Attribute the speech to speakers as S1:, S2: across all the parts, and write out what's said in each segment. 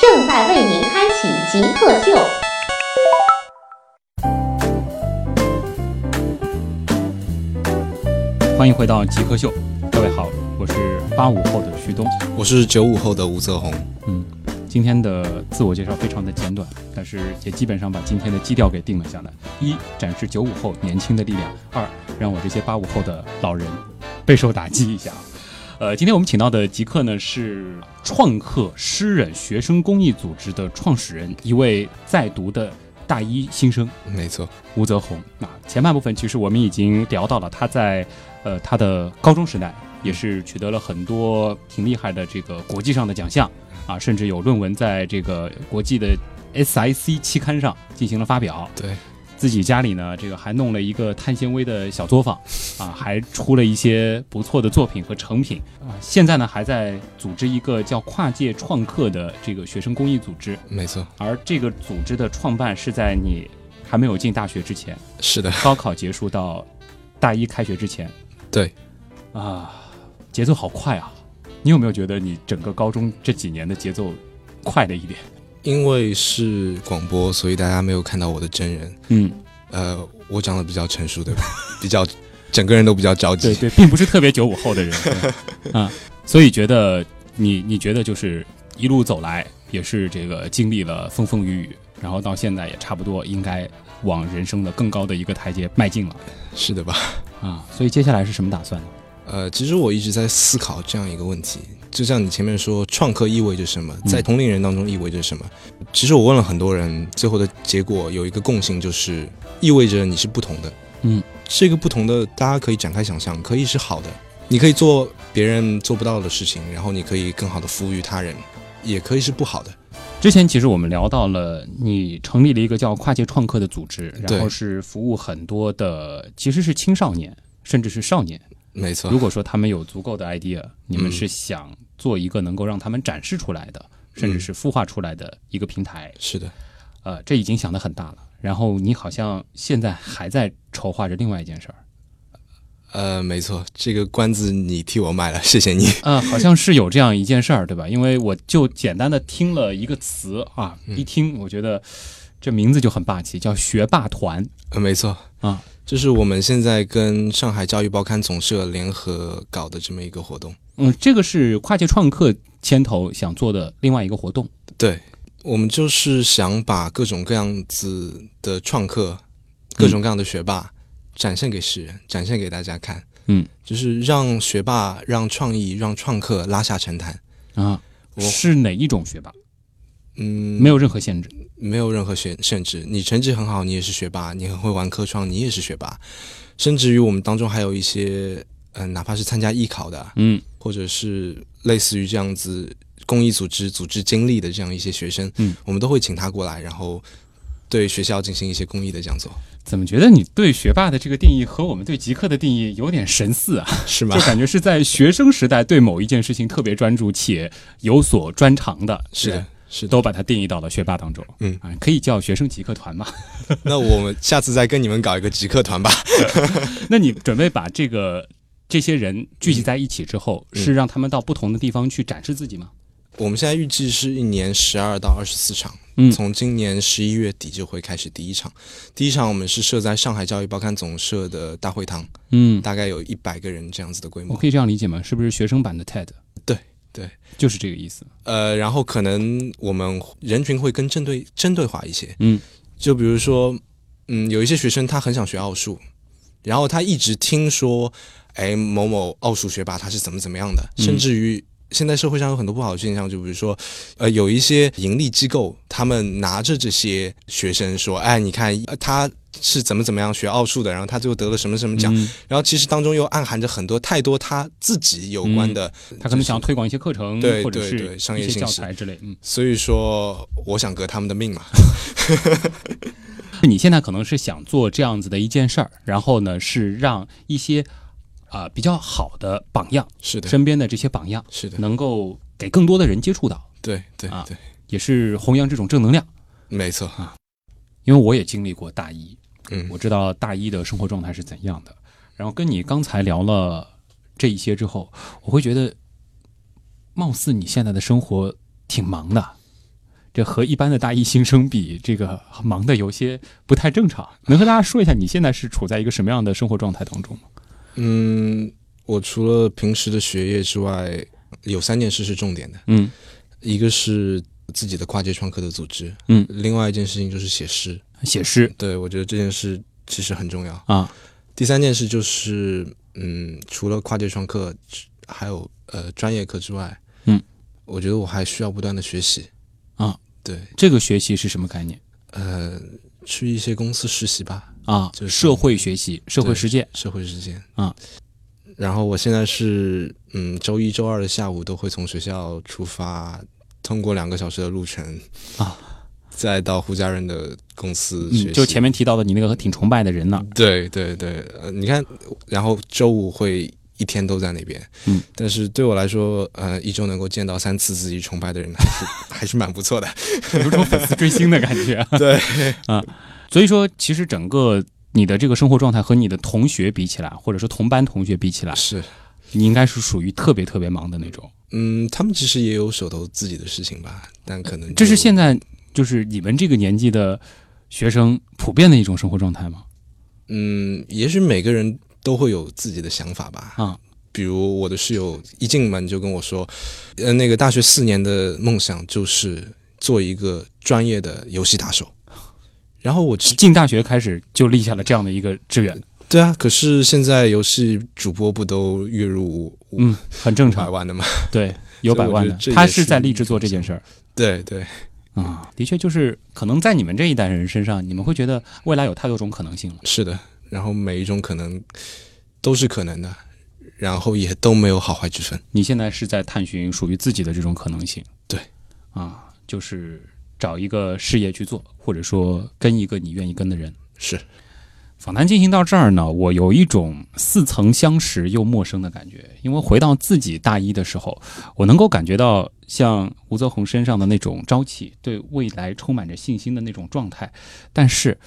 S1: 正在为您开启极客秀，
S2: 欢迎回到极客秀，各位好，我是八五后的旭东。
S3: 我是九五后的吴泽宏，
S2: 嗯，今天的自我介绍非常的简短，但是也基本上把今天的基调给定了下来：一，展示九五后年轻的力量；二，让我这些八五后的老人备受打击一下。呃，今天我们请到的极客呢是创客诗人学生公益组织的创始人，一位在读的大一新生。
S3: 没错，
S2: 吴泽宏。那前半部分其实我们已经聊到了他在呃他的高中时代也是取得了很多挺厉害的这个国际上的奖项啊，甚至有论文在这个国际的 SIC 期刊上进行了发表。
S3: 对，
S2: 自己家里呢，这个还弄了一个碳纤维的小作坊，啊，还出了一些不错的作品和成品啊。现在呢，还在组织一个叫跨界创客的这个学生公益组织，
S3: 没错，
S2: 而这个组织的创办是在你还没有进大学之前，
S3: 是的，
S2: 高考结束到大一开学之前。
S3: 对，
S2: 啊，节奏好快啊！你有没有觉得你整个高中这几年的节奏快了一点？
S3: 因为是广播，所以大家没有看到我的真人。
S2: 嗯，
S3: 呃，我长得比较成熟，对吧？ 比较，整个人都比较着
S2: 对
S3: 急。
S2: 对，并不是特别九五后的 人嗯啊，所以觉得你你觉得就是一路走来也是这个经历了风风雨雨，然后到现在也差不多应该往人生的更高的一个台阶迈进了
S3: 是的吧？
S2: 啊。所以接下来是什么打算呢？
S3: 呃，其实我一直在思考这样一个问题，就像你前面说，创客意味着什么，在同龄人当中意味着什么？其实我问了很多人，最后的结果有一个共性，就是意味着你是不同的。
S2: 嗯，
S3: 这个不同的，大家可以展开想象，可以是好的，你可以做别人做不到的事情，然后你可以更好的服务于他人，也可以是不好的。
S2: 之前其实我们聊到了，你成立了一个叫跨界创客的组织，
S3: 对
S2: 然后是服务很多的，其实是青少年，甚至是少年。
S3: 没错
S2: 如，果说他们有足够的 idea，你们
S3: 嗯
S2: 是想做一个能够让他们展示出来的，
S3: 嗯
S2: 甚至是孵化出来的一个平台。
S3: 是的，
S2: 呃，这已经想得很大了。然后你好像现在还在筹划着另外一件事儿，
S3: 呃，没错，这个关子你替我卖了，谢谢你。
S2: 呃，好像是有这样一件事儿，对吧？因为我就简单的听了一个词啊，
S3: 嗯
S2: 一听我觉得这名字就很霸气，叫学霸团。
S3: 呃，没错
S2: 啊，
S3: 这是我们现在跟上海教育报刊总社联合搞的这么一个活动。
S2: 嗯，这个是跨界创客牵头想做的另外一个活动。
S3: 对，我们就是想把各种各样子的创客、各
S2: 嗯
S3: 种各样的学霸展现给世人，展现给大家看。
S2: 嗯，
S3: 就是让学霸、让创意、让创客拉下神坛。
S2: 啊，
S3: 我
S2: 是哪一种学霸？
S3: 嗯，
S2: 没有任何限制。
S3: 没有任何限限制，你成绩很好，你也是学霸；你很会玩科创，你也是学霸。甚至于我们当中还有一些，嗯、哪怕是参加艺考的，啊
S2: 嗯
S3: 或者是类似于这样子公益组织组织经历的这样一些学生，
S2: 嗯，
S3: 我们都会请他过来，然后对学校进行一些公益的讲座，
S2: 怎么觉得你对学霸的这个定义和我们对极客的定义有点神似啊？
S3: 是吗
S2: 就？感觉是在学生时代对某一件事情特别专注且有所专长的，
S3: 是
S2: 人
S3: 的，是的。
S2: 都把它定义到了学霸当中。
S3: 嗯
S2: 啊，可以叫学生极客团嘛？
S3: 那我们下次再跟你们搞一个极客团吧。
S2: 那你准备把这个这些人聚集在一起之后，
S3: 嗯
S2: 是让他们到不同的地方去展示自己吗？
S3: 我们现在预计是一年十二到二十四场，
S2: 嗯
S3: 从今年十一月底就会开始第一场。第一场我们是设在上海教育报刊总社的大会堂，
S2: 嗯，
S3: 大概有一百个人这样子的规
S2: 我
S3: 模。
S2: 可以这样理解吗？是不是学生版的 TED？
S3: 对对，
S2: 就是这个意思。
S3: 呃，然后可能我们人群会更针对针对化一些，
S2: 嗯，
S3: 就比如说，嗯，有一些学生他很想学奥数，然后他一直听说，哎，某某奥数学霸他是怎么怎么样的，
S2: 嗯
S3: 甚至于现在社会上有很多不好的现象，就比如说，呃，有一些盈利机构他们拿着这些学生说，哎，你看、呃他是怎么怎么样学奥数的，然后他最后得了什么什么奖，
S2: 嗯
S3: 然后其实当中又暗含着很多太多他自己有关的，
S2: 嗯他可能
S3: 就是
S2: 想要推广一些课程，
S3: 对
S2: 或者
S3: 对
S2: 是
S3: 对商
S2: 一
S3: 业
S2: 些
S3: 信
S2: 教
S3: 息
S2: 材之类。嗯，
S3: 所以说我想革他们的命嘛，
S2: 你现在可能是想做这样子的一件事儿，然后呢是让一些啊、比较好的榜样，
S3: 是的，
S2: 身边的这些榜样，
S3: 是的，
S2: 能够给更多的人接触到，
S3: 对对
S2: 啊
S3: 对，
S2: 也是弘扬这种正能量。
S3: 没错，
S2: 因为我也经历过大一，
S3: 嗯
S2: 我知道大一的生活状态是怎样的。然后跟你刚才聊了这一些之后，我会觉得，貌似你现在的生活挺忙的，这和一般的大一新生比，这个忙的有些不太正常。能和大家说一下你现在是处在一个什么样的生活状态当中吗？
S3: 嗯，我除了平时的学业之外，有三件事是重点的，
S2: 嗯
S3: 一个是自己的跨界创客的组织，
S2: 嗯
S3: 另外一件事情就是写诗，
S2: 写诗
S3: 对我觉得这件事其实很重要。
S2: 啊，
S3: 第三件事就是，嗯，除了跨界创客，还有呃专业课之外，
S2: 嗯，
S3: 我觉得我还需要不断的学习
S2: 啊，
S3: 对，
S2: 这个学习是什么概念
S3: 呃，去一些公司实习吧，
S2: 啊？
S3: 就是
S2: 社会学习、社会
S3: 对
S2: 实践
S3: 社会实践
S2: 啊。
S3: 然后我现在是，嗯，周一周二的下午都会从学校出发，通过两个小时的路程
S2: 啊，
S3: 再到胡家人的公司学习。
S2: 嗯，就前面提到的你那个挺崇拜的人呢，
S3: 对对对，呃，你看，然后周五会一天都在那边，
S2: 嗯，
S3: 但是对我来说，呃，一周能够见到三次自己崇拜的人，还是 还是蛮 不错的。
S2: 有种粉丝追星的感觉。
S3: 对
S2: 啊，所以说其实整个你的这个生活状态和你的同学比起来，或者说同班同学比起来，
S3: 是，
S2: 你应该是属于特别特别忙的那种。
S3: 嗯，他们其实也有手头自己的事情吧，但可能
S2: 这是
S3: 就
S2: 现在就是你们这个年纪的学生普遍的一种生活状态吗？
S3: 嗯，也许每个人都会有自己的想法吧。
S2: 啊，
S3: 比如我的室友一进门就跟我说，呃，那个大学四年的梦想就是做一个专业的游戏打手。然后我就
S2: 进大学开始就立下了这样的一个志愿，
S3: 对啊，可是现在游戏主播不都月入五五
S2: 嗯，很正
S3: 百
S2: 常，
S3: 万的吗？
S2: 对，有百万
S3: 所以我觉
S2: 的
S3: 得这，也
S2: 他是
S3: 是
S2: 在立志做这件事儿。
S3: 对对，
S2: 啊、的确，就是可能在你们这一代人身上，你们会觉得未来有太多种可能性了。
S3: 是的。然后每一种可能都是可能的，然后也都没有好坏之分。
S2: 你现在是在探寻属于自己的这种可能性。
S3: 对，
S2: 啊，就是找一个事业去做，或者说跟一个你愿意跟的人。
S3: 是，
S2: 访谈进行到这儿呢，我有一种似曾相识又陌生的感觉，因为回到自己大一的时候，我能够感觉到像吴泽宏身上的那种朝气，对未来充满着信心的那种状态。但是，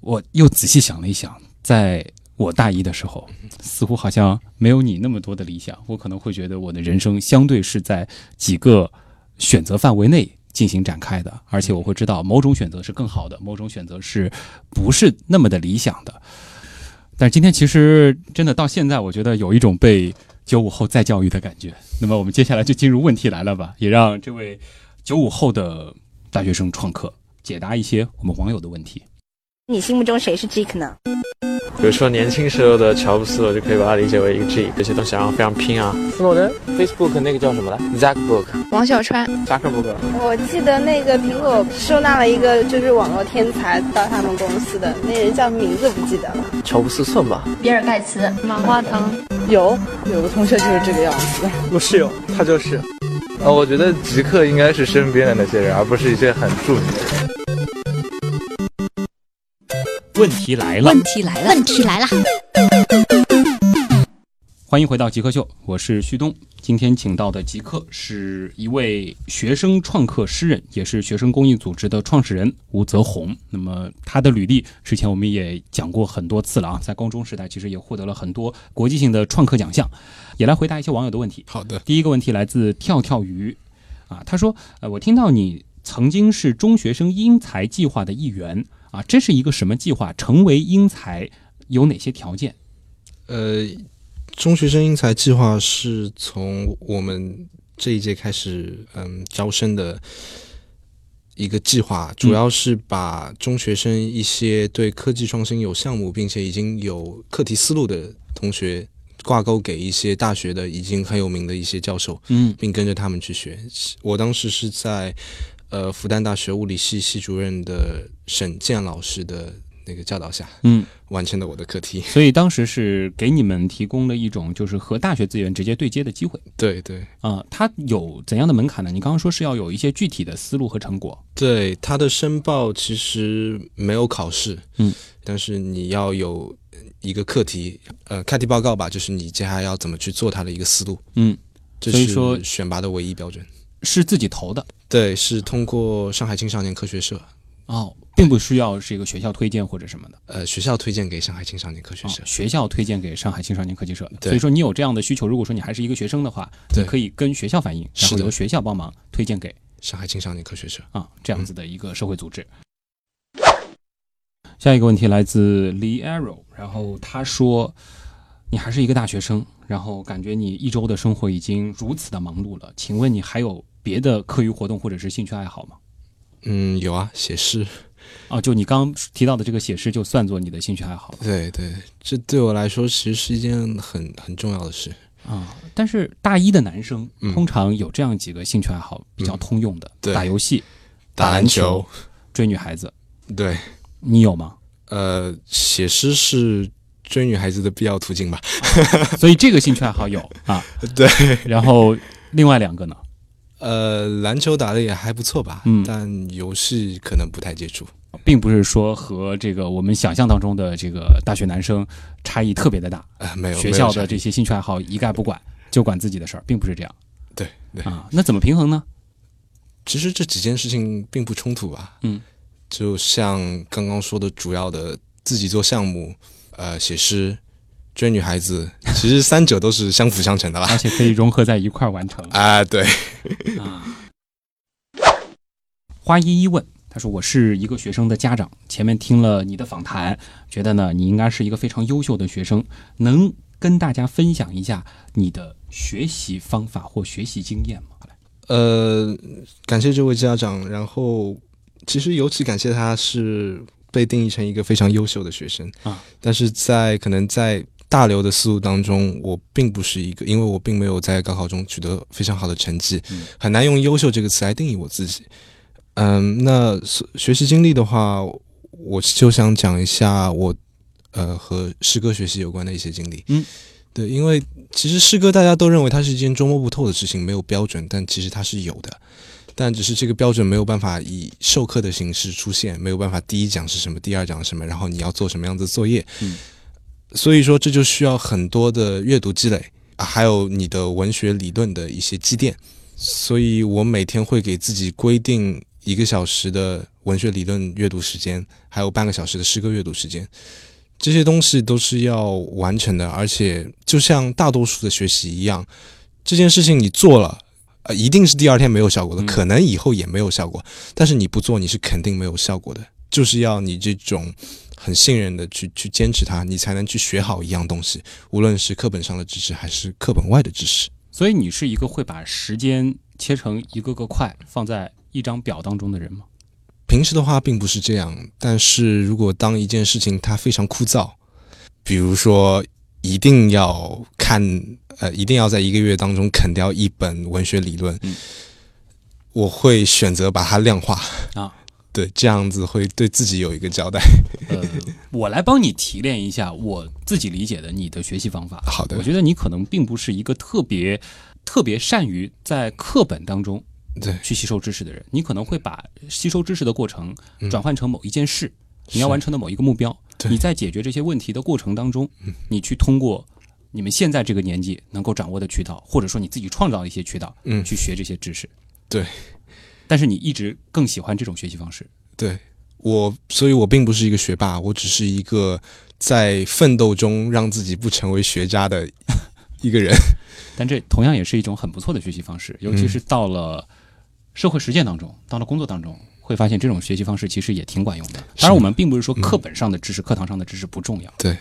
S2: 我又仔细想了一想，在我大一的时候，似乎好像没有你那么多的理想，我可能会觉得我的人生相对是在几个选择范围内进行展开的，而且我会知道某种选择是更好的，某种选择是不是那么的理想的。但是今天其实真的到现在，我觉得有一种被九五后再教育的感觉。那么我们接下来就进入问题来了吧，也让这位九五后的大学生创客解答一些我们网友的问题。
S4: 你心目中谁是 Jake 呢？
S5: 比如说年轻时候的乔布斯，我就可以把它理解为一个 G，这些东西然后非常拼啊。我的 Facebook 那个叫什么来？Zackbook，
S6: 王小川，
S5: 扎克伯格。
S7: 我记得那个苹果收纳了一个就是网络天才到他们公司的那人叫名字不记得了。
S5: 乔布斯算吧。
S6: 比尔盖茨，马化腾。
S7: 有有个同学就是这个样子。
S8: 我室友，他就是。呃，我觉得极客应该是身边的那些人，而不是一些很著名的人。
S2: 问题来了，
S4: 题来
S1: 问题来了，
S2: 欢迎回到极客秀，我是旭东。今天请到的极客是一位学生创客诗人，也是学生公益组织的创始人吴泽宏。那么他的履历之前我们也讲过很多次了啊，在高中时代其实也获得了很多国际性的创客奖项，也来回答一些网友的问题。
S3: 好的，
S2: 第一个问题来自跳跳鱼，啊，他说，呃，我听到你曾经是中学生英才计划的一员啊，这是一个什么计划？成为英才有哪些条件？
S3: 呃，中学生英才计划是从我们这一届开始，嗯，招生的一个计划，主要是把中学生一些对科技创新有项目，并且已经有课题思路的同学。挂钩给一些大学的已经很有名的一些教授，
S2: 嗯
S3: 并跟着他们去学。我当时是在呃复旦大学物理系系主任的沈健老师的那个教导下，
S2: 嗯，
S3: 完成了我的课题。
S2: 所以当时是给你们提供了一种就是和大学资源直接对接的机会
S3: 对对
S2: 啊、它有怎样的门槛呢？你刚刚说是要有一些具体的思路和成果，
S3: 对，他的申报其实没有考试，
S2: 嗯，
S3: 但是你要有一个课题，呃，课题报告吧，就是你接下来要怎么去做它的一个思路。
S2: 嗯，
S3: 这
S2: 所以说
S3: 是选拔的唯一标准。
S2: 是自己投的
S3: 对，是通过上海青少年科学社，
S2: 哦，并不需要是一个学校推荐或者什么的，
S3: 呃，学校推荐给上海青少年科学
S2: 哦
S3: 社。
S2: 学校推荐给上海青少年科技社的。
S3: 对
S2: 所以说你有这样的需求，如果说你还是一个学生的话，你
S3: 对
S2: 可以跟学校反映，然
S3: 是
S2: 后
S3: 的
S2: 由学校帮忙推荐给
S3: 上海青少年科学社，
S2: 啊这样子
S3: 嗯
S2: 的一个社会组织。下一个问题来自 Lee Arrow，然后他说：“你还是一个大学生，然后感觉你一周的生活已经如此的忙碌了，请问你还有别的课余活动或者是兴趣爱好吗？”
S3: 嗯，有啊，写诗，
S2: 啊，就你刚刚提到的这个写诗，就算作你的兴趣爱好了
S3: 对对，这对我来说其实是一件很很重要的事。
S2: 啊。但是大一的男生
S3: 嗯
S2: 通常有这样几个兴趣爱好比较通用的：
S3: 对
S2: 打游戏、
S3: 打
S2: 篮
S3: 篮球，
S2: 追女孩子。
S3: 对，
S2: 你有吗？
S3: 呃，写诗是追女孩子的必要途径吧？
S2: 所以这个兴趣爱好有啊。
S3: 对。
S2: 然后另外两个呢？
S3: 呃，篮球打的也还不错吧，
S2: 嗯
S3: 但游戏可能不太接触。
S2: 并不是说和这个我们想象当中的这个大学男生差异特别的大，
S3: 呃，没有
S2: 学校的
S3: 没有
S2: 这些兴趣爱好一概不管，就管自己的事儿，并不是这样
S3: 对对，
S2: 啊。那怎么平衡呢？
S3: 其实这几件事情并不冲突吧。
S2: 嗯，
S3: 就像刚刚说的，主要的自己做项目，呃，写诗。追女孩子，其实三者都是相辅相成的
S2: 而
S3: 啦。
S2: 且可以融合在一块儿完成。
S3: 啊、对，
S2: 啊。花依依问，他说：“我是一个学生的家长，前面听了你的访谈，觉得呢你应该是一个非常优秀的学生，能跟大家分享一下你的学习方法或学习经验吗？”
S3: 呃，感谢这位家长，然后其实尤其感谢他是被定义成一个非常优秀的学生
S2: 啊，
S3: 但是在可能在大刘的思路当中，我并不是一个，因为我并没有在高考中取得非常好的成绩，
S2: 嗯
S3: 很难用优秀这个词来定义我自己。嗯，那所学习经历的话，我就想讲一下我呃和诗歌学习有关的一些经历。
S2: 嗯，
S3: 对，因为其实诗歌大家都认为它是一件捉摸不透的事情，没有标准，但其实它是有的，但只是这个标准没有办法以授课的形式出现，没有办法第一讲是什么，第二讲是什么，然后你要做什么样子的作业。
S2: 嗯，
S3: 所以说这就需要很多的阅读积累，啊还有你的文学理论的一些积淀。所以我每天会给自己规定一个小时的文学理论阅读时间，还有半个小时的诗歌阅读时间。这些东西都是要完成的，而且就像大多数的学习一样，这件事情你做了，呃，一定是第二天没有效果的，
S2: 嗯
S3: 可能以后也没有效果，但是你不做，你是肯定没有效果的，就是要你这种很信任的去去坚持它，你才能去学好一样东西，无论是课本上的知识还是课本外的知识。
S2: 所以你是一个会把时间切成一个个块放在一张表当中的人吗？
S3: 平时的话并不是这样，但是如果当一件事情它非常枯燥，比如说一定要看，呃，一定要在一个月当中啃掉一本文学理论，
S2: 嗯
S3: 我会选择把它量化
S2: 啊。
S3: 对，这样子会对自己有一个交代。
S2: 呃，我来帮你提炼一下我自己理解的你的学习方法。
S3: 好的
S2: 我觉得你可能并不是一个特别特别善于在课本当中
S3: 对，
S2: 去吸收知识的人，你可能会把吸收知识的过程转换成某一件事，你要完成的某一个目标。
S3: 嗯对嗯
S2: 你在解决这些问题的过程当中，你去通过你们现在这个年纪能够掌握的渠道，或者说你自己创造的一些渠道，
S3: 嗯
S2: 去学这些知识。
S3: 对，
S2: 但是你一直更喜欢这种学习方式。
S3: 对我，所以我并不是一个学霸，我只是一个在奋斗中让自己不成为学渣的一个人。
S2: 但这同样也是一种很不错的学习方式，尤其是到了社会实践当
S3: 嗯
S2: 中，到了工作当中，会发现这种学习方式其实也挺管用的。当然，我们并不是说课本上的知识、课堂上的知识不重要，
S3: 嗯对，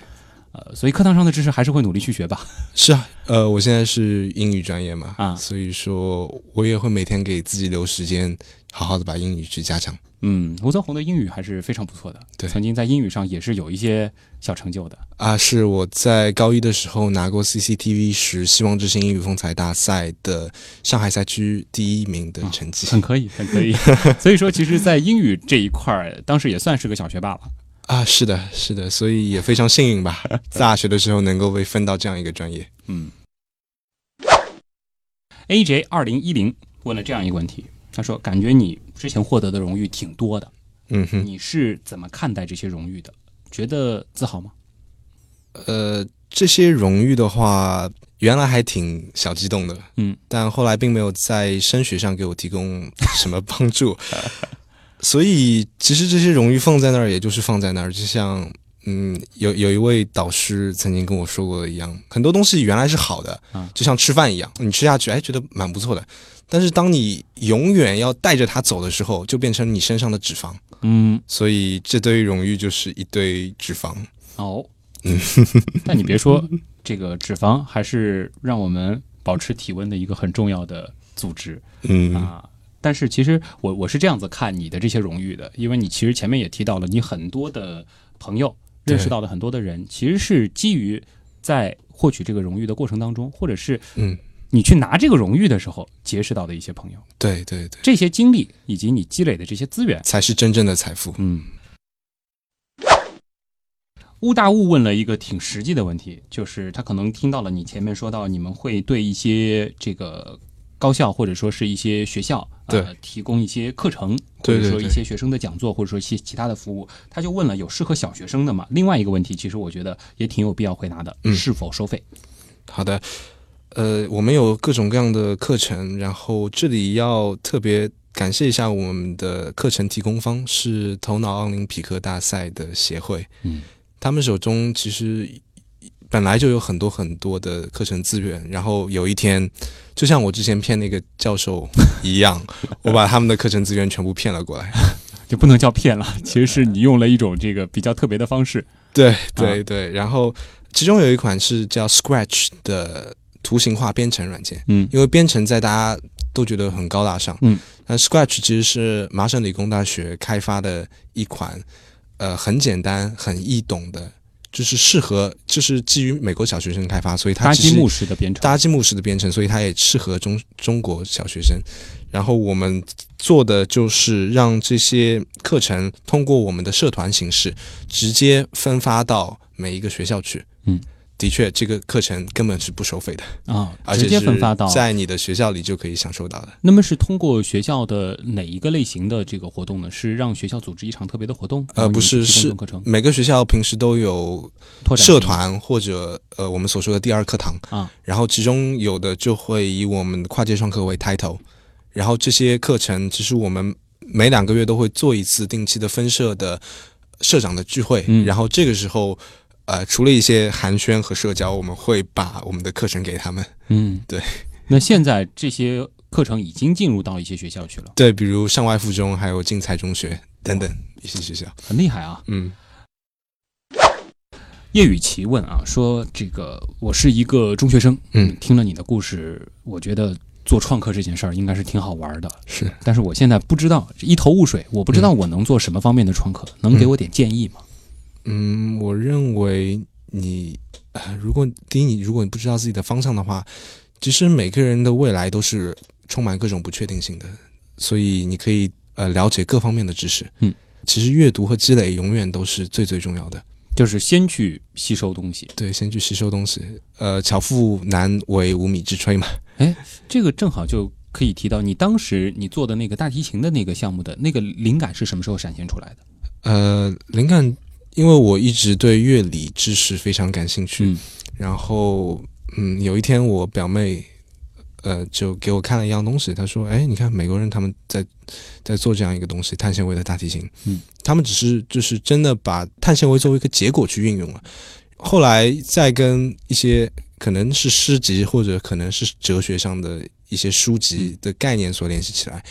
S2: 呃，所以课堂上的知识还是会努力去学吧。
S3: 是啊，呃，我现在是英语专业嘛，
S2: 啊
S3: 所以说我也会每天给自己留时间，好好的把英语去加强。
S2: 嗯，吴泽宏的英语还是非常不错的，
S3: 对
S2: 曾经在英语上也是有一些小成就的。
S3: 啊，是我在高一的时候拿过 CCTV 十希望之星英语风采大赛的上海赛区第一名的成绩。
S2: 很可以，很可以。所以说，其实，在英语这一块儿，当时也算是个小学霸了。
S3: 啊，是的，是的，所以也非常幸运吧，在大学的时候能够被分到这样一个专业。
S2: 嗯。AJ 二零一零问了这样一个问题，他说：“感觉你之前获得的荣誉挺多的，
S3: 嗯哼，
S2: 你是怎么看待这些荣誉的？觉得自豪吗
S3: 呃，这些荣誉的话，原来还挺小激动的，
S2: 嗯，
S3: 但后来并没有在升学上给我提供什么帮 助，所以其实这些荣誉放在那儿，也就是放在那儿，就像。嗯，有有一位导师曾经跟我说过的一样，很多东西原来是好的，
S2: 嗯
S3: 就像吃饭一样，你吃下去，哎，觉得蛮不错的。但是当你永远要带着它走的时候，就变成你身上的脂肪，？”
S2: 嗯，
S3: 所以这堆荣誉就是一堆脂肪。
S2: 哦，但你别 说，这个脂肪还是让我们保持体温的一个很重要的组织。
S3: 嗯，
S2: 啊。但是其实我我是这样子看你的这些荣誉的，因为你其实前面也提到了，你很多的朋友
S3: 对
S2: 认识到的很多的人，其实是基于在获取这个荣誉的过程当中，或者是
S3: 嗯
S2: 你去拿这个荣誉的时候结识到的一些朋友，
S3: 对对对，
S2: 这些经历以及你积累的这些资源，
S3: 才是真正的财富。
S2: 嗯。乌大雾问了一个挺实际的问题，就是他可能听到了你前面说到你们会对一些这个高校或者说是一些学校呃
S3: 对
S2: 提供一些课程，或
S3: 对
S2: 者说
S3: 对对
S2: 一些学生的讲座，或者说一些其他的服务，他就问了有适合小学生的吗？另外一个问题，其实我觉得也挺有必要回答的，
S3: 嗯
S2: 是否收费？
S3: 好的，呃，我们有各种各样的课程，然后这里要特别感谢一下我们的课程提供方是头脑奥林匹克大赛的协会，
S2: 嗯，
S3: 他们手中其实本来就有很多很多的课程资源，然后有一天，就像我之前骗那个教授一样，我把他们的课程资源全部骗了过来。
S2: 就不能叫骗了，其实是你用了一种这个比较特别的方式，
S3: 对对对，然后其中有一款是叫 Scratch 的图形化编程软件。
S2: 嗯
S3: 因为编程在大家都觉得很高大上，
S2: 嗯，
S3: 但 Scratch 其实是麻省理工大学开发的一款，呃，很简单、很易懂的，就是适合，就是基于美国小学生开发，所以它
S2: 搭
S3: 其
S2: 积
S3: 实
S2: 木式的编程，
S3: 搭积木式的编程，所以它也适合中中国小学生。然后我们做的就是让这些课程通过我们的社团形式，直接分发到每一个学校去。
S2: 嗯，
S3: 的确，这个课程根本是不收费的。
S2: 啊，
S3: 而且
S2: 直接
S3: 是
S2: 分发到
S3: 在你的学校里就可以享受到的。
S2: 那么是通过学校的哪一个类型的这个活动呢？是让学校组织一场特别的活动？然
S3: 呃
S2: 后你
S3: 不是
S2: 提供这
S3: 是
S2: 种课程
S3: 每个学校平时都有
S2: 拓展
S3: 社
S2: 性
S3: 团或者呃我们所说的第二课堂
S2: 啊，
S3: 然后其中有的就会以我们跨界创客为 title，然后这些课程其实我们每两个月都会做一次定期的分社的社长的聚会，
S2: 嗯
S3: 然后这个时候。呃，除了一些寒暄和社交，我们会把我们的课程给他们。
S2: 嗯，
S3: 对。
S2: 那现在这些课程已经进入到一些学校去了，
S3: 对，比如上外附中，还有竞才中学等等一些学校。
S2: 很厉害啊！
S3: 嗯，
S2: 叶雨琪问啊，说这个我是一个中学生，
S3: 嗯
S2: 听了你的故事，我觉得做创客这件事儿应该是挺好玩的，
S3: 是。
S2: 但是我现在不知道一头雾水，我不知道我能做什么方面的创客，能给我点建议吗？
S3: 嗯，我认为你，呃，如果第一，你如果你不知道自己的方向的话，其实每个人的未来都是充满各种不确定性的，所以你可以呃了解各方面的知识。
S2: 嗯，
S3: 其实阅读和积累永远都是最最重要的。
S2: 就是先去吸收东西，
S3: 对，先去吸收东西。呃，巧妇难为无米之炊嘛。
S2: 这个正好就可以提到你当时你做的那个大提琴的那个项目的那个灵感是什么时候闪现出来的？
S3: 呃，灵感，因为我一直对乐理知识非常感兴趣，
S2: 嗯
S3: 然后嗯，有一天我表妹呃就给我看了一样东西，她说：“哎，你看美国人他们在在做这样一个东西，碳纤维的大提琴，
S2: 嗯，
S3: 他们只是就是真的把碳纤维作为一个结果去运用了。后来再跟一些可能是诗集或者可能是哲学上的一些书籍的概念所联系起来。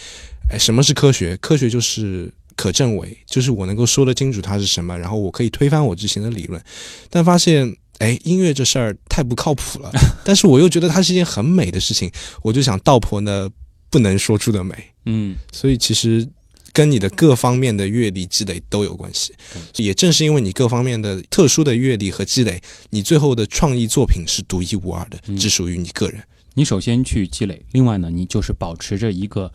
S3: 哎，什么是科学？科学就是可证伪，就是我能够说得清楚它是什么，然后我可以推翻我之前的理论。但发现，哎，音乐这事儿太不靠谱了。 但是我又觉得它是一件很美的事情，我就想道破呢不能说出的美。
S2: 嗯，
S3: 所以其实跟你的各方面的阅历积累都有关系。也正是因为你各方面的特殊的阅历和积累，你最后的创意作品是独一无二的，只属于你个人。
S2: 你首先去积累，另外呢，你就是保持着一个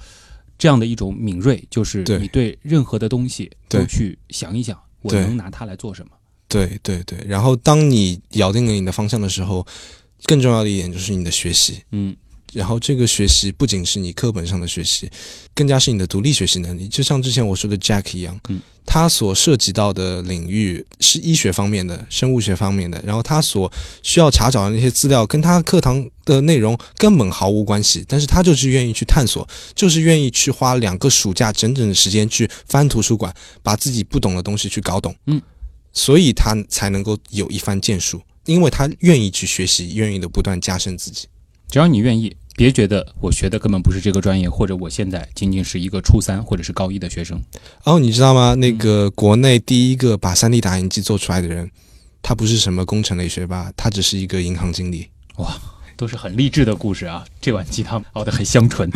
S2: 这样的一种敏锐，就是
S3: 对
S2: 你对任何的东西都
S3: 对
S2: 去想一想，我
S3: 对
S2: 能拿它来做什么？
S3: 对对对。然后当你咬定了你的方向的时候，更重要的一点就是你的学习。
S2: 嗯
S3: 然后这个学习不仅是你课本上的学习，更加是你的独立学习能力。就像之前我说的 Jack 一样，
S2: 嗯
S3: 他所涉及到的领域是医学方面的、生物学方面的，然后他所需要查找的那些资料跟他课堂的内容根本毫无关系，但是他就是愿意去探索，就是愿意去花两个暑假整整的时间去翻图书馆，把自己不懂的东西去搞懂。
S2: 嗯，
S3: 所以他才能够有一番建树，因为他愿意去学习，愿意的不断加深自己。
S2: 只要你愿意，别觉得我学的根本不是这个专业，或者我现在仅仅是一个初三或者是高一的学生。
S3: 哦，你知道吗？那个国内第一个把 3D 打印机做出来的人，他不是什么工程类学霸，他只是一个银行经理。
S2: 哇，都是很励志的故事啊！这碗鸡汤熬得很香醇。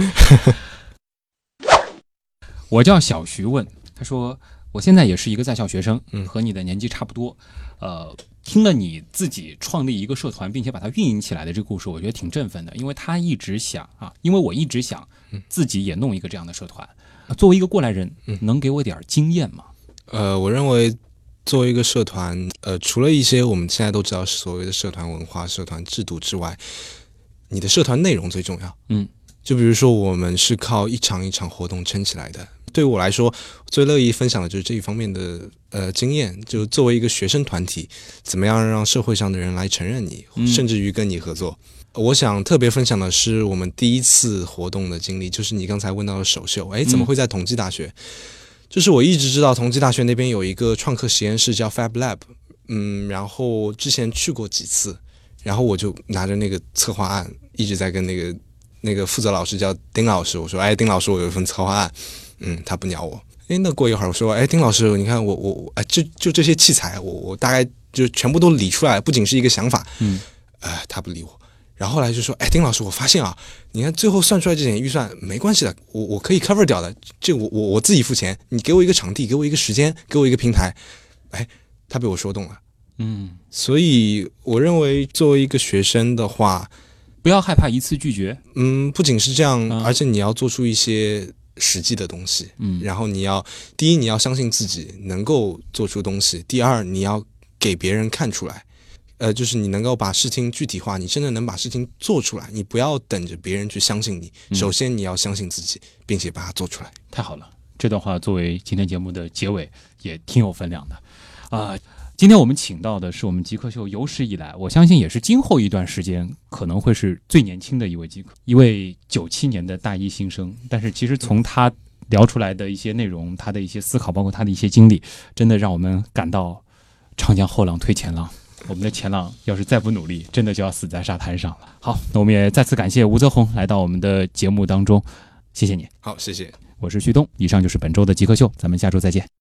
S2: 我叫小徐问，他说我现在也是一个在校学生，
S3: 嗯
S2: 和你的年纪差不多。呃，听了你自己创立一个社团，并且把它运营起来的这个故事，我觉得挺振奋的，因为他一直想啊，因为我一直想自己也弄一个这样的社团。呃作为一个过来人，能给我点儿经验吗？
S3: 呃，我认为作为一个社团，呃，除了一些我们现在都知道所谓的社团文化、社团制度之外，你的社团内容最重要。
S2: 嗯，
S3: 就比如说我们是靠一场一场活动撑起来的。对我来说，最乐意分享的就是这一方面的呃经验。就作为一个学生团体，怎么样让社会上的人来承认你，
S2: 嗯
S3: 甚至于跟你合作。我想特别分享的是我们第一次活动的经历，就是你刚才问到的首秀，哎，怎么
S2: 嗯
S3: 会在同济大学？就是我一直知道同济大学那边有一个创客实验室叫 Fab Lab，嗯，然后之前去过几次，然后我就拿着那个策划案一直在跟那个那个负责老师叫丁老师，我说，哎，丁老师，我有一份策划案，嗯，他不鸟我。哎，那过一会儿我说，哎，丁老师，你看我我我，哎，就就这些器材，我我大概就全部都理出来了，不仅是一个想法，
S2: 嗯，
S3: 呃，他不理我。然后后来就说，哎，丁老师，我发现啊，你看最后算出来这点预算没关系的，我我可以 cover 掉的，这我我我自己付钱，你给我一个场地，给我一个时间，给我一个平台，哎，他被我说动了。
S2: 嗯，
S3: 所以我认为，作为一个学生的话，
S2: 不要害怕一次拒绝。
S3: 嗯，不仅是这样，
S2: 嗯
S3: 而且你要做出一些实际的东西。
S2: 嗯
S3: 然后你要，第一，你要相信自己能够做出东西；第二，你要给别人看出来。呃，就是你能够把事情具体化，你真的能把事情做出来，你不要等着别人去相信你。
S2: 嗯
S3: 首先，你要相信自己，并且把它做出来。
S2: 太好了，这段话作为今天节目的结尾也挺有分量的，啊、今天我们请到的是我们极客秀有史以来，我相信也是今后一段时间可能会是最年轻的一位极客，一位九七年的大一新生。但是其实从他聊出来的一些内容，他的一些思考，包括他的一些经历，真的让我们感到长江后浪推前浪。我们的前浪要是再不努力，真的就要死在沙滩上了。好，那我们也再次感谢吴泽宏来到我们的节目当中，谢谢你。
S3: 好，谢谢。
S2: 我是旭东。以上就是本周的极客秀，咱们下周再见。